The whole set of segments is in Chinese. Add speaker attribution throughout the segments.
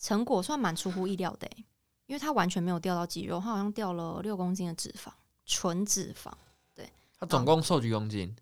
Speaker 1: 成果算蛮出乎意料的、欸，因为他完全没有掉到肌肉，他好像掉了六公斤的脂肪，纯脂肪
Speaker 2: 他总共瘦几公斤？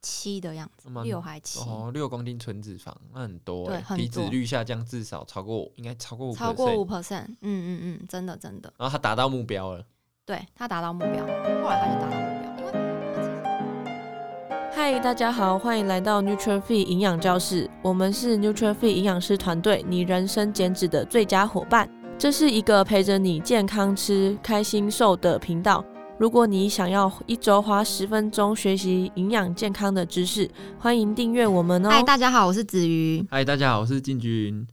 Speaker 1: 七的样子
Speaker 2: 那，蛮
Speaker 1: 六还七，
Speaker 2: 哦，六公斤纯脂肪，那很多、
Speaker 1: 对
Speaker 2: 欸，
Speaker 1: 很
Speaker 2: 体脂
Speaker 1: 多
Speaker 2: 率下降至少超过，应该超过五，
Speaker 1: 超过五 percent，嗯嗯嗯，真的真的，
Speaker 2: 然后他达到目标了。
Speaker 1: 对他达到目标，后来他就达到目标，因为他其实
Speaker 3: 嗨，大家好，欢迎来到 Nutrify 营养教室，我们是 Nutrify 营养师团队，你人生减脂的最佳伙伴。这是一个陪着你健康吃、开心瘦的频道。如果你想要一周花十分钟学习营养健康的知识，欢迎订阅我们哦。
Speaker 1: 嗨，哎大家好，我是子 瑜，
Speaker 2: 嗨，大家好，我是进军。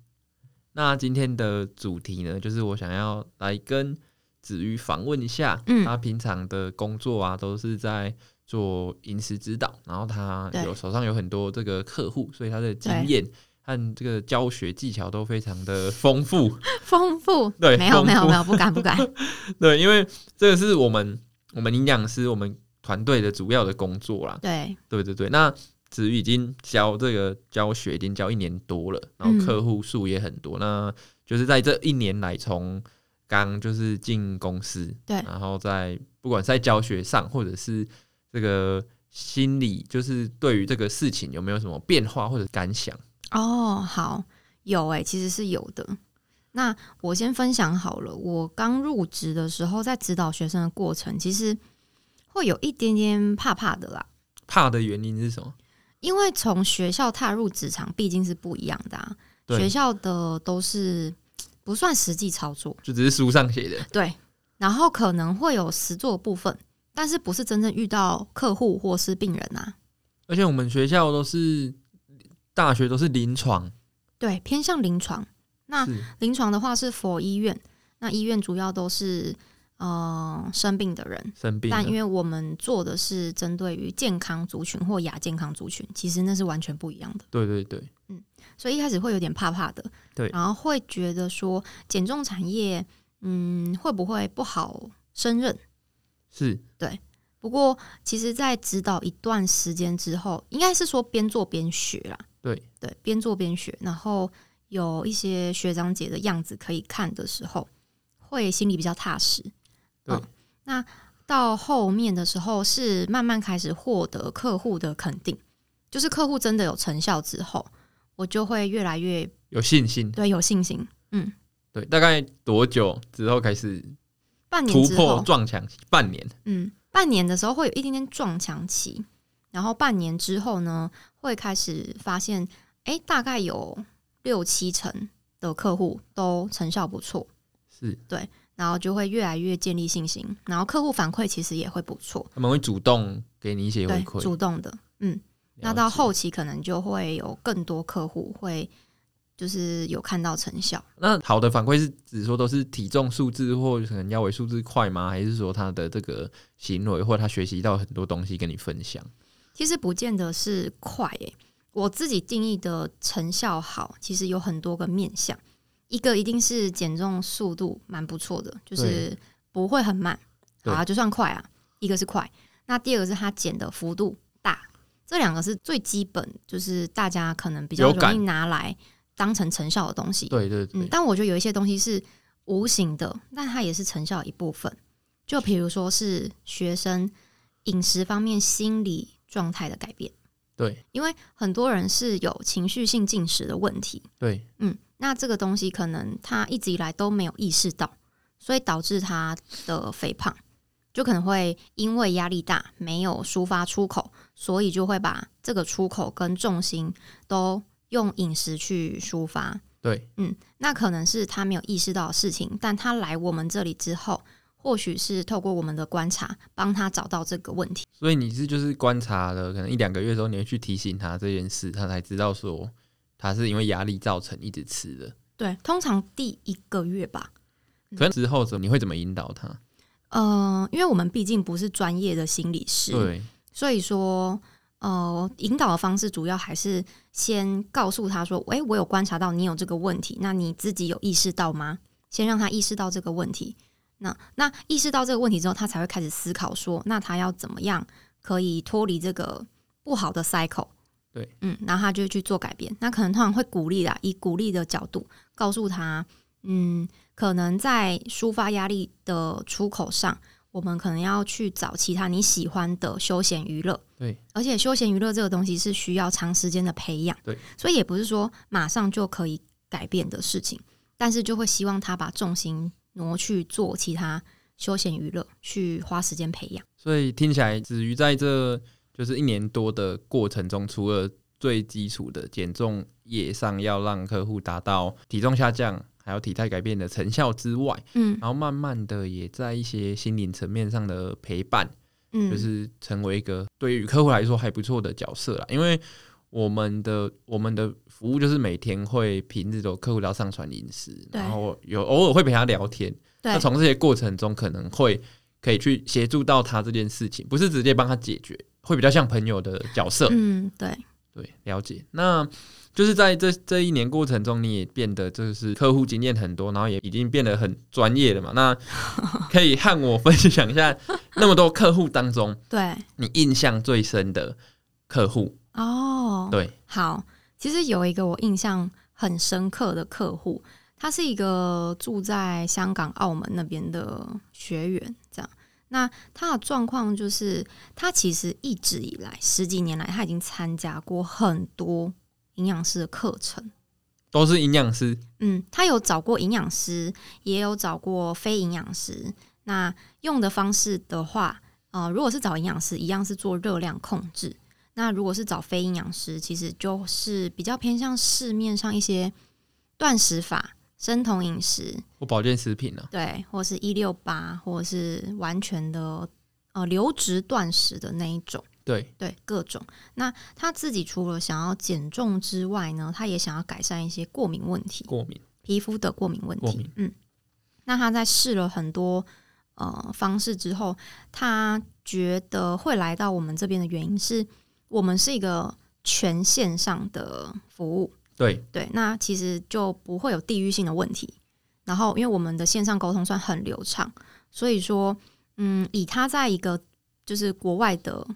Speaker 2: 那今天的主题呢，就是我想要来跟子瑜访问一下，
Speaker 1: 嗯
Speaker 2: 他平常的工作啊，都是在做饮食指导，然后他
Speaker 1: 对
Speaker 2: 有手上有很多这个客户，所以他的经验和这个教学技巧都非常的丰富。
Speaker 1: 丰富，
Speaker 2: 对
Speaker 1: 没有
Speaker 2: 丰
Speaker 1: 没有
Speaker 2: 富
Speaker 1: 没有，不敢不 敢，
Speaker 2: 对，因为这个是我们我们营养师我们团队的主要的工作啦。
Speaker 1: 对
Speaker 2: 对对对，那子瑜已经教这个教学已经教一年多了，然
Speaker 1: 嗯
Speaker 2: 后客户数也很多，那就是在这一年来从。刚就是进公司，
Speaker 1: 对
Speaker 2: 然后在不管是在教学上，或者是这个心理，就是对于这个事情有没有什么变化或者感想？
Speaker 1: 哦，好，有诶、其实是有的。那我先分享好了，我刚入职的时候，在指导学生的过程，其实会有一点点怕怕的啦，
Speaker 2: 怕的原因是什么？
Speaker 1: 因为从学校踏入职场，毕竟是不一样的啊。
Speaker 2: 对
Speaker 1: 学校的都是不算实际操作，
Speaker 2: 就只是书上写的，
Speaker 1: 对，然后可能会有实做的部分，但是不是真正遇到客户或是病人啊？
Speaker 2: 而且我们学校都是大学都是临床，
Speaker 1: 对，偏向临床。那
Speaker 2: 是
Speaker 1: 临床的话是 for 医院，那医院主要都是呃生病的人，
Speaker 2: 生病了，
Speaker 1: 但因为我们做的是针对于健康族群或亚健康族群，其实那是完全不一样的，
Speaker 2: 对对对，
Speaker 1: 所以一开始会有点怕怕的，
Speaker 2: 对
Speaker 1: 然后会觉得说减重产业，嗯，会不会不好胜任？
Speaker 2: 是
Speaker 1: 不过，其实，在指导一段时间之后，应该是说边做边学啦。
Speaker 2: 对
Speaker 1: 对，边做边学，然后有一些学长姐的样子可以看的时候，会心里比较踏实。嗯
Speaker 2: 对
Speaker 1: 那到后面的时候，是慢慢开始获得客户的肯定，就是客户真的有成效之后，我就会越来越
Speaker 2: 有信心。
Speaker 1: 对有信心。嗯，
Speaker 2: 对，大概多久之后开始
Speaker 1: 半年
Speaker 2: 突
Speaker 1: 之
Speaker 2: 破
Speaker 1: 后，
Speaker 2: 撞墙？半年，
Speaker 1: 嗯，半年的时候会有一点点撞墙期，然后半年之后呢，会开始发现，哎，大概有六七成的客户都成效不错，
Speaker 2: 是
Speaker 1: 然后就会越来越建立信心，然后客户反馈其实也会不错，
Speaker 2: 他们会主动给你一些回
Speaker 1: 对，
Speaker 2: 馈。
Speaker 1: 主动的，嗯，
Speaker 2: 了
Speaker 1: 那到
Speaker 2: 解
Speaker 1: 后，期可能就会有更多客户会就是有看到成效。
Speaker 2: 那好的反馈是指说都是体重数字或可能腰围数字快吗？还是说他的这个行为或他学习到很多东西跟你分享？
Speaker 1: 嗯其实不见得是快诶、我自己定义的成效好，其实有很多个面向。一个一定是减重速度蛮不错的，就是不会很慢，好
Speaker 2: 对
Speaker 1: 啊，就算快啊。一个是快，那第二个是它减的幅度大，这两个是最基本，就是大家可能比较
Speaker 2: 有感
Speaker 1: 容易拿来当成成效的东西。
Speaker 2: 对对对，
Speaker 1: 嗯，但我觉得有一些东西是无形的，但它也是成效一部分。就比如说是学生饮食方面心理状态的改变，
Speaker 2: 对
Speaker 1: 因为很多人是有情绪性进食的问题，
Speaker 2: 对
Speaker 1: 嗯，那这个东西可能他一直以来都没有意识到，所以导致他的肥胖，就可能会因为压力大没有抒发出口，所以就会把这个出口跟重心都用饮食去抒发，
Speaker 2: 对，
Speaker 1: 嗯，那可能是他没有意识到的事情，但他来我们这里之后，或许是透过我们的观察，帮他找到这个问题。
Speaker 2: 所以你是就是观察了可能一两个月之后，你会去提醒他这件事，他才知道说他是因为压力造成一直吃的。
Speaker 1: 对，通常第一个月吧，
Speaker 2: 可能之后怎么你会怎么引导他？
Speaker 1: 呃，因为我们毕竟不是专业的心理师，
Speaker 2: 对
Speaker 1: 所以说，呃，引导的方式主要还是先告诉他说，诶，我有观察到你有这个问题，那你自己有意识到吗？先让他意识到这个问题。那那意识到这个问题之后，他才会开始思考说，那他要怎么样可以脱离这个不好的 cycle，
Speaker 2: 对，
Speaker 1: 嗯，然后他就去做改变。那可能通常会鼓励啦，以鼓励的角度告诉他，嗯，可能在抒发压力的出口上，我们可能要去找其他你喜欢的休闲娱乐。
Speaker 2: 对，
Speaker 1: 而且休闲娱乐这个东西是需要长时间的培养，
Speaker 2: 对，
Speaker 1: 所以也不是说马上就可以改变的事情，但是就会希望他把重心挪去做其他休闲娱乐，去花时间培养。
Speaker 2: 所以听起来，子瑜在这就是一年多的过程中，除了最基础的减重业上要让客户达到体重下降，还有体态改变的成效之外，
Speaker 1: 嗯
Speaker 2: 然后慢慢的也在一些心灵层面上的陪伴，
Speaker 1: 嗯，
Speaker 2: 就是成为一个对于客户来说还不错的角色啦。因为我们的我们的服务就是每天会平日都客户都要上传饮食，
Speaker 1: 对
Speaker 2: 然后有偶尔会陪他聊天。
Speaker 1: 对
Speaker 2: 那从这些过程中可能会可以去协助到他这件事情，不是直接帮他解决，会比较像朋友的角色。
Speaker 1: 嗯对，
Speaker 2: 对，了解。那就是在这这一年过程中，你也变得就是客户经验很多，然后也已经变得很专业了嘛。那可以和我分享一下，那么多客户当中，
Speaker 1: 对
Speaker 2: 你印象最深的客户？
Speaker 1: 哦，
Speaker 2: 对，
Speaker 1: 好，其实有一个我印象很深刻的客户，他是一个住在香港、澳门那边的学员，这样。那他的状况就是，他其实一直以来十几年来，他已经参加过很多营养师的课程。
Speaker 2: 都是营养师。
Speaker 1: 嗯，他有找过营养师，也有找过非营养师。那用的方式的话，呃，如果是找营养师，一样是做热量控制；那如果是找非营养师，其实就是比较偏向市面上一些断食法、生酮饮食，
Speaker 2: 或保健食品呢、啊
Speaker 1: 对，或是一六八，或者是完全的呃流质断食的那一种。
Speaker 2: 对，
Speaker 1: 对各种。那他自己除了想要减重之外呢，他也想要改善一些过敏问题。
Speaker 2: 过敏。
Speaker 1: 皮肤的过敏问
Speaker 2: 过
Speaker 1: 题
Speaker 2: 敏。
Speaker 1: 嗯，那他在试了很多呃方式之后，他觉得会来到我们这边的原因是我们是一个全线上的服务，
Speaker 2: 对，
Speaker 1: 对，那其实就不会有地域性的问题。然后，因为我们的线上沟通算很流畅，所以说，嗯，以他在一个就是国外的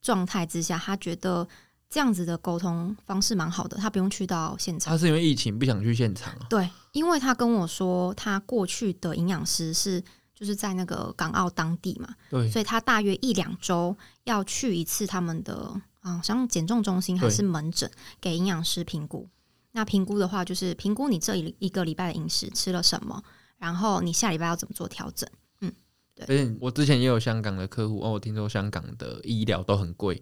Speaker 1: 状态之下，他觉得这样子的沟通方式蛮好的，他不用去到现场。
Speaker 2: 他是因为疫情不想去现场啊。
Speaker 1: 对，因为他跟我说，他过去的营养师是就是在那个港澳当地嘛，
Speaker 2: 对，
Speaker 1: 所以他大约一两周要去一次他们的啊，好像减重中心还
Speaker 2: 对
Speaker 1: 是门诊，给营养师评估。那评估的话，就是评估你这一一个礼拜的饮食吃了什么，然后你下礼拜要怎么做调整。
Speaker 2: 而且我之前也有香港的客户哦，我听说香港的医疗都很贵。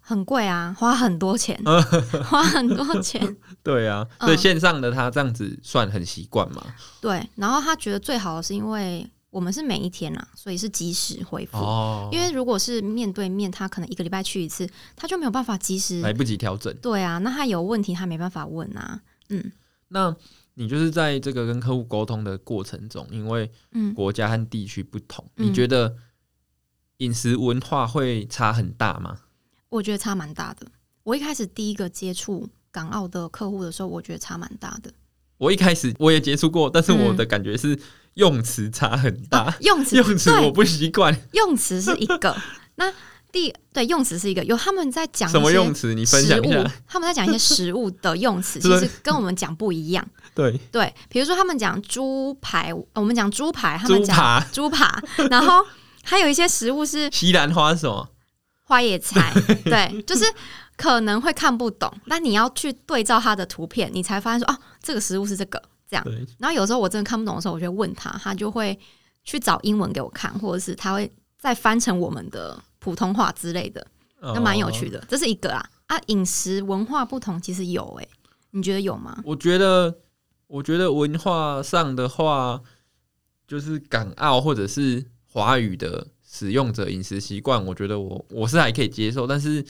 Speaker 1: 很贵啊，花很多钱，花很多钱。
Speaker 2: 对啊，
Speaker 1: 嗯
Speaker 2: 所以线上的他这样子算很习惯嘛。
Speaker 1: 对，然后他觉得最好的是因为我们是每一天啊，所以是及时回复。
Speaker 2: 哦，
Speaker 1: 因为如果是面对面，他可能一个礼拜去一次，他就没有办法及时。
Speaker 2: 来不及调整。
Speaker 1: 对啊，那他有问题他没办法问啊。嗯
Speaker 2: 那你就是在这个跟客户沟通的过程中，因为
Speaker 1: 嗯，
Speaker 2: 国家和地区不同，
Speaker 1: 嗯
Speaker 2: 你觉得饮食文化会差很大吗？
Speaker 1: 我觉得差蛮大的。我一开始第一个接触港澳的客户的时候，我觉得差蛮大的，
Speaker 2: 我一开始我也接触过，但是
Speaker 1: 嗯哦
Speaker 2: 我的感觉是用词差很大，
Speaker 1: 用词
Speaker 2: 用词我
Speaker 1: 对，
Speaker 2: 不习惯。
Speaker 1: 用词是一 个。那第对用词是一个，有他们在讲
Speaker 2: 什么
Speaker 1: 一些
Speaker 2: 用词？你分享一
Speaker 1: 食
Speaker 2: 下
Speaker 1: 物。，他们在讲一些食物的用 词，其
Speaker 2: 对
Speaker 1: 实跟我们讲不一样。
Speaker 2: 对，
Speaker 1: 对，比如说他们讲猪排，我们讲猪排，他们
Speaker 2: 猪
Speaker 1: 讲
Speaker 2: 扒、
Speaker 1: 猪扒，然后还有一些食物是
Speaker 2: 西兰花是什么？
Speaker 1: 花野菜，对，就是可能会看不懂，那你要去对照它的图片，你才发现说哦，这个食物是这个这样。
Speaker 2: 对，
Speaker 1: 然后有时候我真的看不懂的时候，我就会问他，他就会去找英文给我看，或者是他会再翻成我们的普通话之类的，
Speaker 2: 哦
Speaker 1: 那蛮有趣
Speaker 2: 的。
Speaker 1: 的。这是一个啊啊，饮食文化不同其实有诶、你觉得有吗？
Speaker 2: 我觉得，我觉得文化上的话，就是港澳或者是华语的使用者饮食习惯，我觉得我我是还可以接受，但是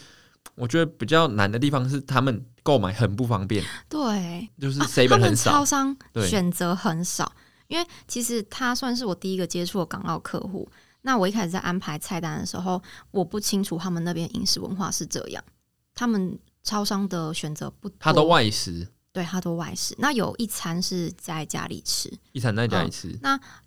Speaker 2: 我觉得比较难的地方是他们购买很不方便，
Speaker 1: 对，
Speaker 2: 就是
Speaker 1: 啊
Speaker 2: seven
Speaker 1: 他
Speaker 2: 很
Speaker 1: 们
Speaker 2: 少，
Speaker 1: 超商
Speaker 2: 对
Speaker 1: 选择很少，因为其实他算是我第一个接触的港澳客户。那我一开始在安排菜单的时候，我不清楚他们那边饮食文化是这样，他们超商的选择不多，
Speaker 2: 他都外食，
Speaker 1: 对，它都外食。那有一餐是在家里吃。
Speaker 2: 一餐再加
Speaker 1: 嗯
Speaker 2: 一次，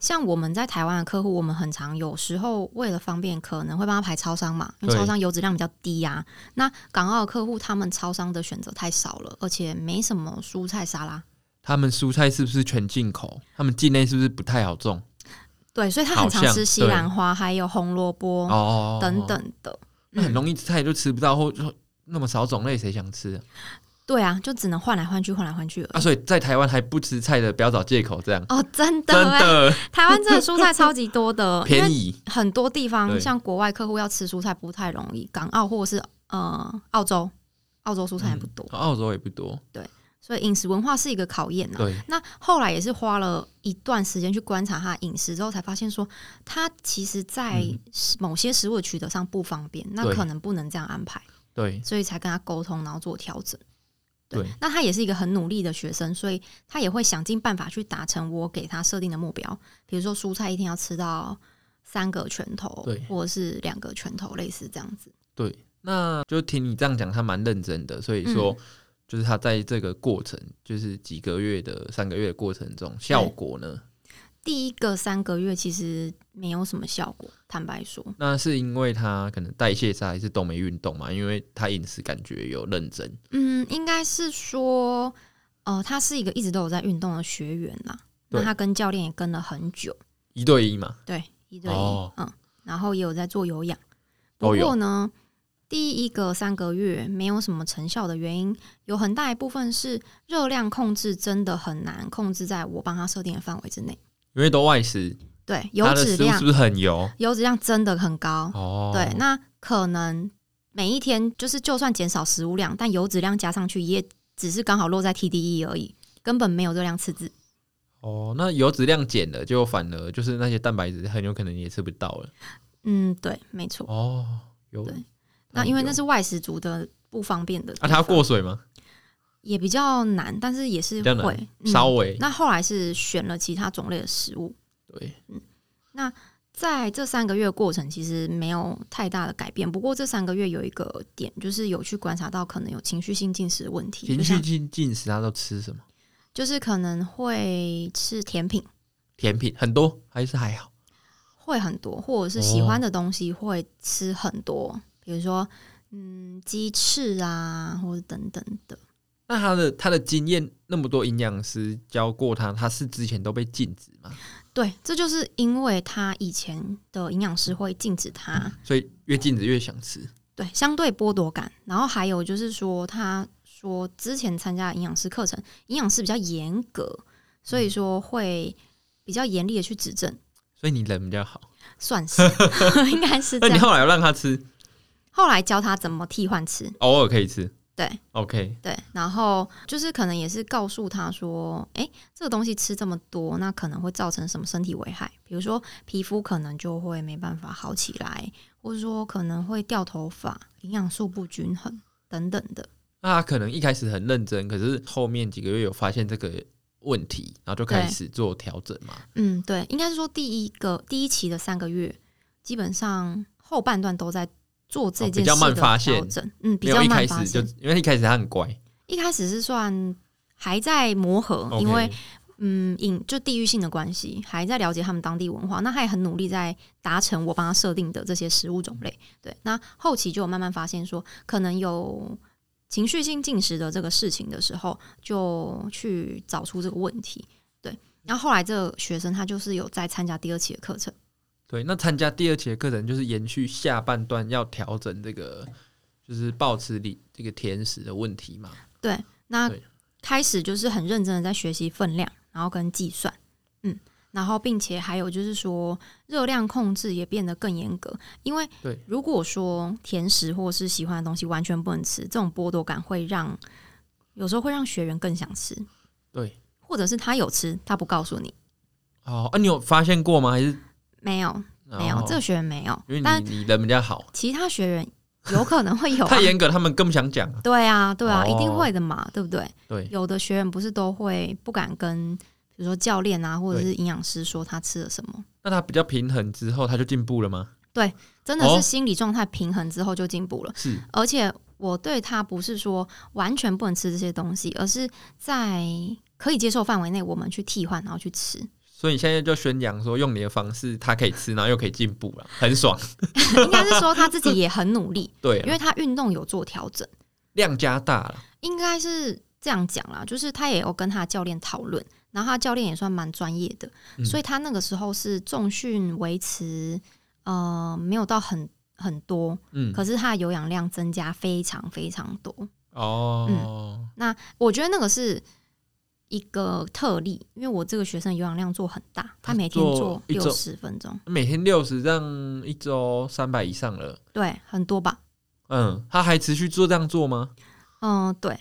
Speaker 1: 像我们在台湾的客户，我们很常有时候为了方便，可能会帮他排超商嘛，因为
Speaker 2: 对
Speaker 1: 超商油脂量比较低啊。那港澳的客户他们超商的选择太少了，而且没什么蔬菜沙拉。
Speaker 2: 他们蔬菜是不是全进口？他们境内是不是不太好种？
Speaker 1: 对，所以他
Speaker 2: 好
Speaker 1: 很常
Speaker 2: 像
Speaker 1: 吃西
Speaker 2: 对
Speaker 1: 兰花，还有红萝卜、
Speaker 2: 哦，
Speaker 1: 等，嗯等的。
Speaker 2: 那很容易菜就吃不到，或者那么少种类，谁想吃啊？
Speaker 1: 对啊，就只能换来换去，换来换去而
Speaker 2: 啊，
Speaker 1: 已。
Speaker 2: 所以在台湾还不吃菜的，不要找借口，这样
Speaker 1: 哦，真的
Speaker 2: 真
Speaker 1: 哎、
Speaker 2: 的，
Speaker 1: 台湾真的蔬菜超级多的 哦因
Speaker 2: 便
Speaker 1: 为
Speaker 2: 宜。
Speaker 1: 很多地方
Speaker 2: 对
Speaker 1: 像国外客户要吃蔬菜不太容易，港澳或者是呃澳洲，澳洲蔬菜也不多，
Speaker 2: 嗯澳洲也不多，
Speaker 1: 所以饮食文化是一个考验呐、
Speaker 2: 对，
Speaker 1: 那后来也是花了一段时间去观察他的饮食之后，才发现说他其实在
Speaker 2: 嗯
Speaker 1: 某些食物的取得上不方便，那
Speaker 2: 对
Speaker 1: 可能不能这样安排，
Speaker 2: 对，
Speaker 1: 所以才跟他沟通，然后做调整。
Speaker 2: 对，
Speaker 1: 那他也是一个很努力的学生，所以他也会想尽办法去达成我给他设定的目标，比如说蔬菜一天要吃到三个拳头
Speaker 2: 对，
Speaker 1: 或者是两个拳头，类似这样子。
Speaker 2: 对，那就听你这样讲，他蛮认真的，所以
Speaker 1: 嗯
Speaker 2: 说、就是他在这个过程，就是几个月的三个月的过程中，效果呢？
Speaker 1: 第一个三个月其实没有什么效果，坦白说，
Speaker 2: 那是因为他可能代谢差还是都没运动嘛？因为他饮食感觉有认真，
Speaker 1: 嗯，应该是说，呃，他是一个一直都有在运动的学员啦。那
Speaker 2: 对
Speaker 1: 他跟教练也跟了很久，
Speaker 2: 一对一嘛，
Speaker 1: 对，一对一，
Speaker 2: 哦
Speaker 1: 嗯，然后也有在做有氧。不
Speaker 2: 都有
Speaker 1: 过呢，第一个三个月没有什么成效的原因，有很大一部分是热量控制真的很难控制在我帮他设定的范围之内。
Speaker 2: 因为都外食，
Speaker 1: 对，油
Speaker 2: 他的
Speaker 1: 脂
Speaker 2: 食物
Speaker 1: 量
Speaker 2: 是不，是很油？
Speaker 1: 油脂量真的很高。
Speaker 2: 哦，
Speaker 1: 对，那可能每一天就是就算减少食物量，但油脂量加上去也只是刚好落在 TDE 而已，根本没有热量赤字。
Speaker 2: 哦，那油脂量减了，就反而就是那些蛋白质很有可能也吃不到了。
Speaker 1: 嗯，对，没错。
Speaker 2: 哦，有
Speaker 1: 对那因为那
Speaker 2: 有
Speaker 1: 是外食族的不方便的地
Speaker 2: 啊，
Speaker 1: 方，
Speaker 2: 他要过水吗？
Speaker 1: 也比较难，但是也是
Speaker 2: 比较难
Speaker 1: 会、嗯
Speaker 2: 稍微
Speaker 1: 那后来是选了其他种类的食物，
Speaker 2: 对，
Speaker 1: 在这三个月的过程其实没有太大的改变。不过这三个月有一个点，就是有去观察到可能有情绪性进食的问题，
Speaker 2: 情
Speaker 1: 就
Speaker 2: 绪
Speaker 1: 像
Speaker 2: 进进食他都吃什么？
Speaker 1: 就是可能会吃甜品
Speaker 2: 甜品很多还是还好？
Speaker 1: 会很多，或者是喜
Speaker 2: 哦
Speaker 1: 欢的东西会吃很多，比如说嗯鸡翅啊，或者等等的。
Speaker 2: 那他的他的经验，那么多营养师教过他，他是之前都被禁止嘛？
Speaker 1: 对，这就是因为他以前的营养师会禁止他
Speaker 2: 所以越禁止越想吃。
Speaker 1: 对，相对剥夺感。然后还有就是说，他说之前参加营养师课程，营养师比较严格，所
Speaker 2: 嗯
Speaker 1: 以说会比较严厉的去指正，
Speaker 2: 所以你人比较好，
Speaker 1: 算 是应该是这
Speaker 2: 那你
Speaker 1: 样。
Speaker 2: 后来有让他吃，
Speaker 1: 后来教他怎么替换吃，
Speaker 2: 偶尔可以吃。
Speaker 1: 对
Speaker 2: ，OK，
Speaker 1: 对，然后就是可能也是告诉他说，诶，这个东西吃这么多，那可能会造成什么身体危害，比如说皮肤可能就会没办法好起来，或者说可能会掉头发，营养素不均衡等等的。
Speaker 2: 那他可能一开始很认真，可是后面几个月有发现这个问题，然后就开始做调整嘛。
Speaker 1: 嗯，对，应该是说第一个第一期的三个月，基本上后半段都在做这
Speaker 2: 哦
Speaker 1: 件
Speaker 2: 比较
Speaker 1: 事
Speaker 2: 慢
Speaker 1: 的
Speaker 2: 发
Speaker 1: 调
Speaker 2: 现
Speaker 1: 整，嗯，比
Speaker 2: 没有
Speaker 1: 较
Speaker 2: 一
Speaker 1: 慢
Speaker 2: 开
Speaker 1: 发
Speaker 2: 始就
Speaker 1: 现。，
Speaker 2: 因为一开始他很乖，
Speaker 1: 一开始是算还在磨合
Speaker 2: OK
Speaker 1: 因为嗯，因就地域性的关系，还在了解他们当地文化。那他也很努力在达成我帮他设定的这些食物种类。对，那后期就有慢慢发现说，可能有情绪性进食的这个事情的时候，就去找出这个问题。对，然后后来这个学生他就是有在参加第二期的课程。
Speaker 2: 对，那参加第二节课程就是延续下半段要调整这个，就是暴吃里这个甜食的问题嘛。
Speaker 1: 那
Speaker 2: 对
Speaker 1: 开始就是很认真的在学习分量，然后跟计算，嗯，然后并且还有就是说热量控制也变得更严格，因为
Speaker 2: 对
Speaker 1: 如果说甜食或是喜欢的东西完全不能吃，这种剥夺感会让有时候会让学员更想吃，
Speaker 2: 对，
Speaker 1: 或者是他有吃他不告诉你，
Speaker 2: 哦，啊，你有发现过吗？还是
Speaker 1: 没有没有、
Speaker 2: 哦
Speaker 1: 这个学员没有
Speaker 2: 因，为
Speaker 1: 但
Speaker 2: 你你人比较好，
Speaker 1: 其他学员有可能会有、啊
Speaker 2: 太，严格，他们更不想讲啊。
Speaker 1: 对啊对啊，
Speaker 2: 哦
Speaker 1: 一定会的嘛，对不对？
Speaker 2: 对，
Speaker 1: 有的学员不是都会不敢跟，比如说教练啊，或者
Speaker 2: 对
Speaker 1: 是营养师说他吃了什么，
Speaker 2: 那他比较平衡之后，他就进步了吗？
Speaker 1: 真的
Speaker 2: 哦
Speaker 1: 是心理状态平衡之后就进步了。
Speaker 2: 是
Speaker 1: 而且我对它不是说完全不能吃这些东西，而是在可以接受范围内，我们去替换，然后去吃。
Speaker 2: 所以你现在就宣扬说，用你的方式，他可以吃，然后又可以进步了，很爽。
Speaker 1: 应该是说他自己也很努力，
Speaker 2: 对啊，
Speaker 1: 因为他运动有做调整，
Speaker 2: 量加大了，
Speaker 1: 应该是这样讲啦。就是他也有跟他教练讨论，然后他教练也算蛮专业的，
Speaker 2: 嗯
Speaker 1: 所以他那个时候是重训维持，呃，没有到很很多，
Speaker 2: 嗯，
Speaker 1: 可是他的有氧量增加非常非常多。
Speaker 2: 哦，
Speaker 1: 那我觉得那个是一个特例，因为我这个学生有氧量做很大，他每天
Speaker 2: 做
Speaker 1: 做
Speaker 2: 一周
Speaker 1: 六十分钟，
Speaker 2: 每天六十，这样一周三百以上了。
Speaker 1: 对，很多吧？
Speaker 2: 嗯，他还持续做这样做吗？
Speaker 1: 嗯，对。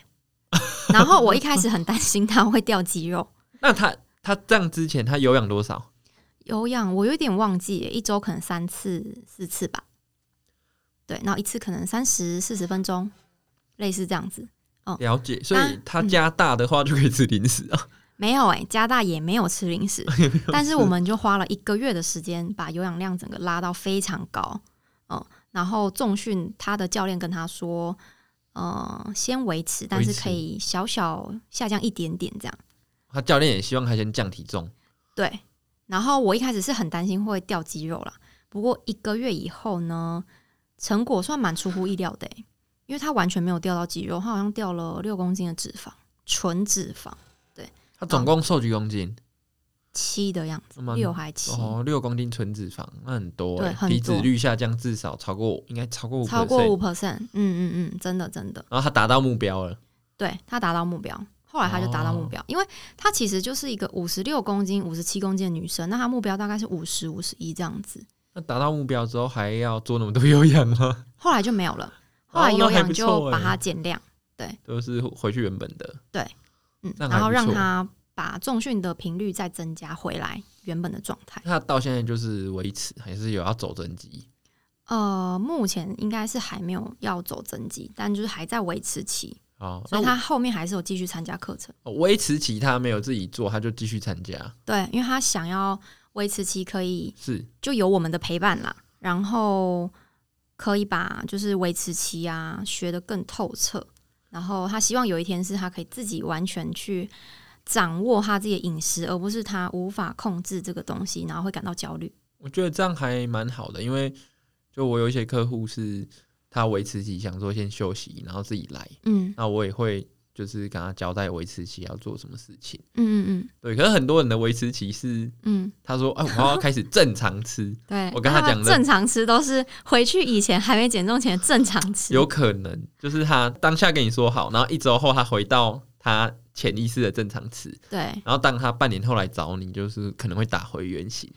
Speaker 1: 然后我一开始很担心他会掉肌肉，
Speaker 2: 那他他这样之前他有氧多少？
Speaker 1: 有氧我有点忘记耶，一周可能三次四次吧。对，然后一次可能三十四十分钟，类似这样子。
Speaker 2: 了解，所以
Speaker 1: 那
Speaker 2: 他加大的话就可以吃零食啊。
Speaker 1: 没有哎、加大 也没有吃零食，但是我们就花了一个月的时间把有氧量整个拉到非常高，嗯，然后重训他的教练跟他说，呃，先维持，但是
Speaker 2: 维持
Speaker 1: 可以小小下降一点点这样，
Speaker 2: 他教练也希望他先降体重，
Speaker 1: 对。然后我一开始是很担心会掉肌肉啦，不过一个月以后呢，成果算蛮出乎意料的欸、因为他完全没有掉到肌肉，他好像掉了六公斤的脂肪，纯脂肪
Speaker 2: 他总共瘦几公斤？
Speaker 1: 七的样子
Speaker 2: 那，么
Speaker 1: 六还七，
Speaker 2: 哦，六公斤纯脂肪，那很多、
Speaker 1: 对
Speaker 2: 欸，
Speaker 1: 很
Speaker 2: 体脂
Speaker 1: 多
Speaker 2: 率下降至少超过，应该超过五，
Speaker 1: 超过五 percent，嗯嗯嗯，真的真的，
Speaker 2: 然后他达到目标了，
Speaker 1: 对他达到目标。后来他就达到目
Speaker 2: 哦
Speaker 1: 标，因为她其实就是一个五十六公斤、五十七公斤的女生，那她目标大概是五十、五十一这样子。
Speaker 2: 那达到目标之后还要做那么多有氧吗？
Speaker 1: 后来就没有了，后
Speaker 2: 哦
Speaker 1: 来有
Speaker 2: 那还
Speaker 1: 氧
Speaker 2: 不
Speaker 1: 就
Speaker 2: 错
Speaker 1: 把
Speaker 2: 欸
Speaker 1: 它减量，
Speaker 2: 都是回去原本的，
Speaker 1: 嗯，
Speaker 2: 那还
Speaker 1: 然后
Speaker 2: 不
Speaker 1: 让
Speaker 2: 错
Speaker 1: 她把重训的频率再增加回来原本的状态。
Speaker 2: 那他到现在就是维持，还是有要走增肌，
Speaker 1: 呃，目前应该是还没有要走增肌，但就是还在维持期，
Speaker 2: 哦，
Speaker 1: 所
Speaker 2: 那
Speaker 1: 以她后面还是有继续参加课程。
Speaker 2: 我维持其他没有自己做，他就继续参加，
Speaker 1: 对，因为她想要维持期可以
Speaker 2: 是
Speaker 1: 就有我们的陪伴啦，然后可以把就是维持期啊学得更透彻，然后他希望有一天是他可以自己完全去掌握他自己的饮食，而不是他无法控制这个东西，然后会感到焦虑。
Speaker 2: 我觉得这样还蛮好的，因为就我有一些客户是他维持期想说先休息，然后自己来，
Speaker 1: 嗯
Speaker 2: 那我也会就是跟他交代维持期要做什么事情。
Speaker 1: 嗯
Speaker 2: 对，可是很多人的维持期是
Speaker 1: 嗯嗯，
Speaker 2: 他说，哎，我要开始正常 吃，
Speaker 1: 对。
Speaker 2: 我跟他
Speaker 1: 那
Speaker 2: 讲的
Speaker 1: 正常吃都是回去以前还没减重前的正常吃。
Speaker 2: 有可能就是他当下跟你说好，然后一周后他回到他潜意识的正常吃，
Speaker 1: 对
Speaker 2: 然后当他半年后来找你，就是可能会打回原形。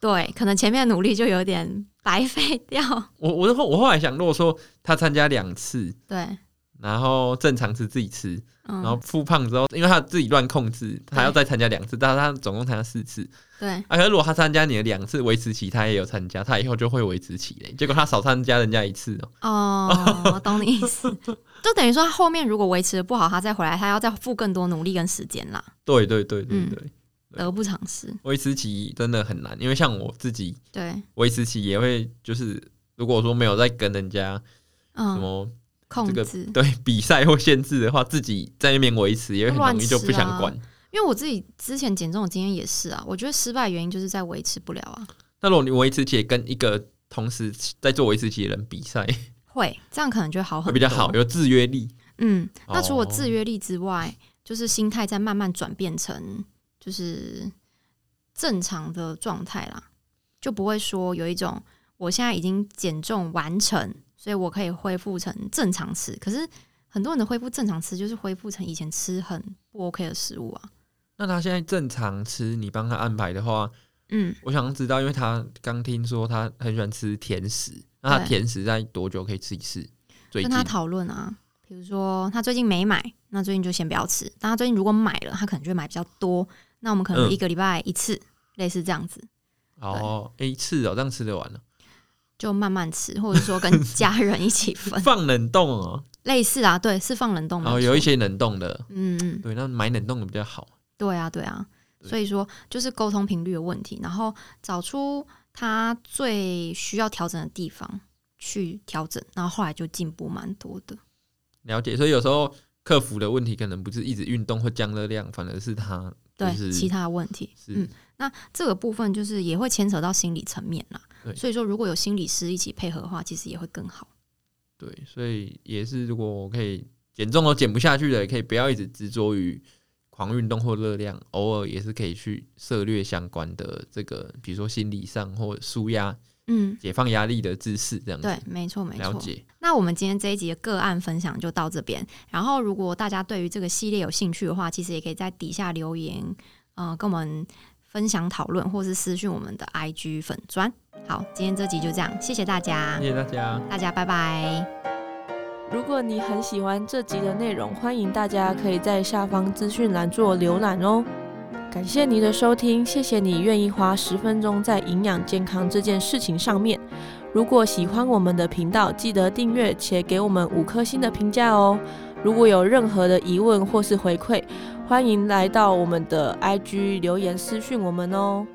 Speaker 1: 对，可能前面的努力就有点白费掉。
Speaker 2: 我我后我后来想，如果说他参加两次，
Speaker 1: 对，
Speaker 2: 然后正常吃自己吃，
Speaker 1: 嗯，
Speaker 2: 然后复胖之后，因为他自己乱控制，他要再参加两次，但是他总共参加四次。
Speaker 1: 对
Speaker 2: 啊，可是如果他参加你的两次维持期，他也有参加，他以后就会维持期嘞。结果他少参加人家一次哦、
Speaker 1: 哦，我懂你意 思，就等于说他后面如果维持的不好，他再回来，他要再付更多努力跟时间啦，
Speaker 2: 对对对对
Speaker 1: 嗯
Speaker 2: 对，对
Speaker 1: 得不偿失。
Speaker 2: 维持期真的很难，因为像我自己
Speaker 1: 对，
Speaker 2: 维持期也会就是。如果说没有在跟人家什
Speaker 1: 嗯，
Speaker 2: 么
Speaker 1: 控
Speaker 2: 这个、
Speaker 1: 制。
Speaker 2: 对 比赛或限制的话，自己在那边维持也很
Speaker 1: 乱
Speaker 2: 容易就不
Speaker 1: 吃啊
Speaker 2: 想管。
Speaker 1: 因为我自己之前减重的经验也是啊，我觉得失败原因就是在维持不了啊，
Speaker 2: 那如果你维持期也跟一个同时在做维持期的人比赛，
Speaker 1: 会这样可能就好
Speaker 2: 会
Speaker 1: 很
Speaker 2: 比较
Speaker 1: 多
Speaker 2: 好，有制约力。
Speaker 1: 嗯，那除了
Speaker 2: 哦
Speaker 1: 制约力之外，就是心态在慢慢转变成就是正常的状态啦，就不会说有一种我现在已经减重完成，所以我可以恢复成正常吃。可是很多人的恢复正常吃，就是恢复成以前吃很不 OK 的食物啊。
Speaker 2: 那他现在正常吃，你帮他安排的话，
Speaker 1: 嗯，
Speaker 2: 我想知道，因为他刚听说他很喜欢吃甜食，那他
Speaker 1: 对
Speaker 2: 甜食在多久可以吃一次？最
Speaker 1: 跟
Speaker 2: 近
Speaker 1: 他讨论啊，比如说他最近没买，那最近就先不要吃。但他最近如果买了，他可能就会买比较多，那我们可能
Speaker 2: 嗯
Speaker 1: 一个礼拜一次，类似这样子。
Speaker 2: 哦，诶一次哦，这样吃得完了，
Speaker 1: 就慢慢吃，或者说跟家人一起 分，
Speaker 2: 放冷冻哦，
Speaker 1: 类似啊，对，是放冷冻
Speaker 2: 然
Speaker 1: 的。
Speaker 2: 后哦有一，些嗯冷冻的，
Speaker 1: 嗯嗯，
Speaker 2: 对，那买冷冻的比较好。
Speaker 1: 对啊，对啊，
Speaker 2: 对
Speaker 1: 所以说就是沟通频率的问题，然后找出他最需要调整的地方去调整，然后后来就进步蛮多的。
Speaker 2: 了解，所以有时候克服的问题可能不是一直运动或降热量，反而是它
Speaker 1: 对
Speaker 2: 就是
Speaker 1: 其他问题，
Speaker 2: 是、
Speaker 1: 嗯，那这个部分就是也会牵扯到心理层面啦
Speaker 2: 对。
Speaker 1: 所以说，如果有心理师一起配合的话，其实也会更好。
Speaker 2: 对，所以也是如果我可以减重都减不下去的，也可以不要一直执着于狂运动或热量，偶尔也是可以去涉略相关的这个，比如说心理上或舒压、
Speaker 1: 嗯，
Speaker 2: 解放压力的知识这样子。
Speaker 1: 对，没错，没
Speaker 2: 了
Speaker 1: 错。
Speaker 2: 解，
Speaker 1: 那我们今天这一集的个案分享就到这边。然后，如果大家对于这个系列有兴趣的话，其实也可以在底下留言，呃，跟我们分享讨论，或是私讯我们的 IG 粉砖。好，今天这集就这样，谢谢大家
Speaker 2: 谢，谢大家。
Speaker 1: 大家拜拜。
Speaker 3: 如果你很喜欢这集的内容，欢迎大家可以在下方资讯栏做浏览哦。感谢你的收听，谢谢你愿意花十分钟在营养健康这件事情上面。如果喜欢我们的频道，记得订阅且给我们五颗星的评价哦。如果有任何的疑问或是回馈，欢迎来到我们的 IG 留言私讯我们哦。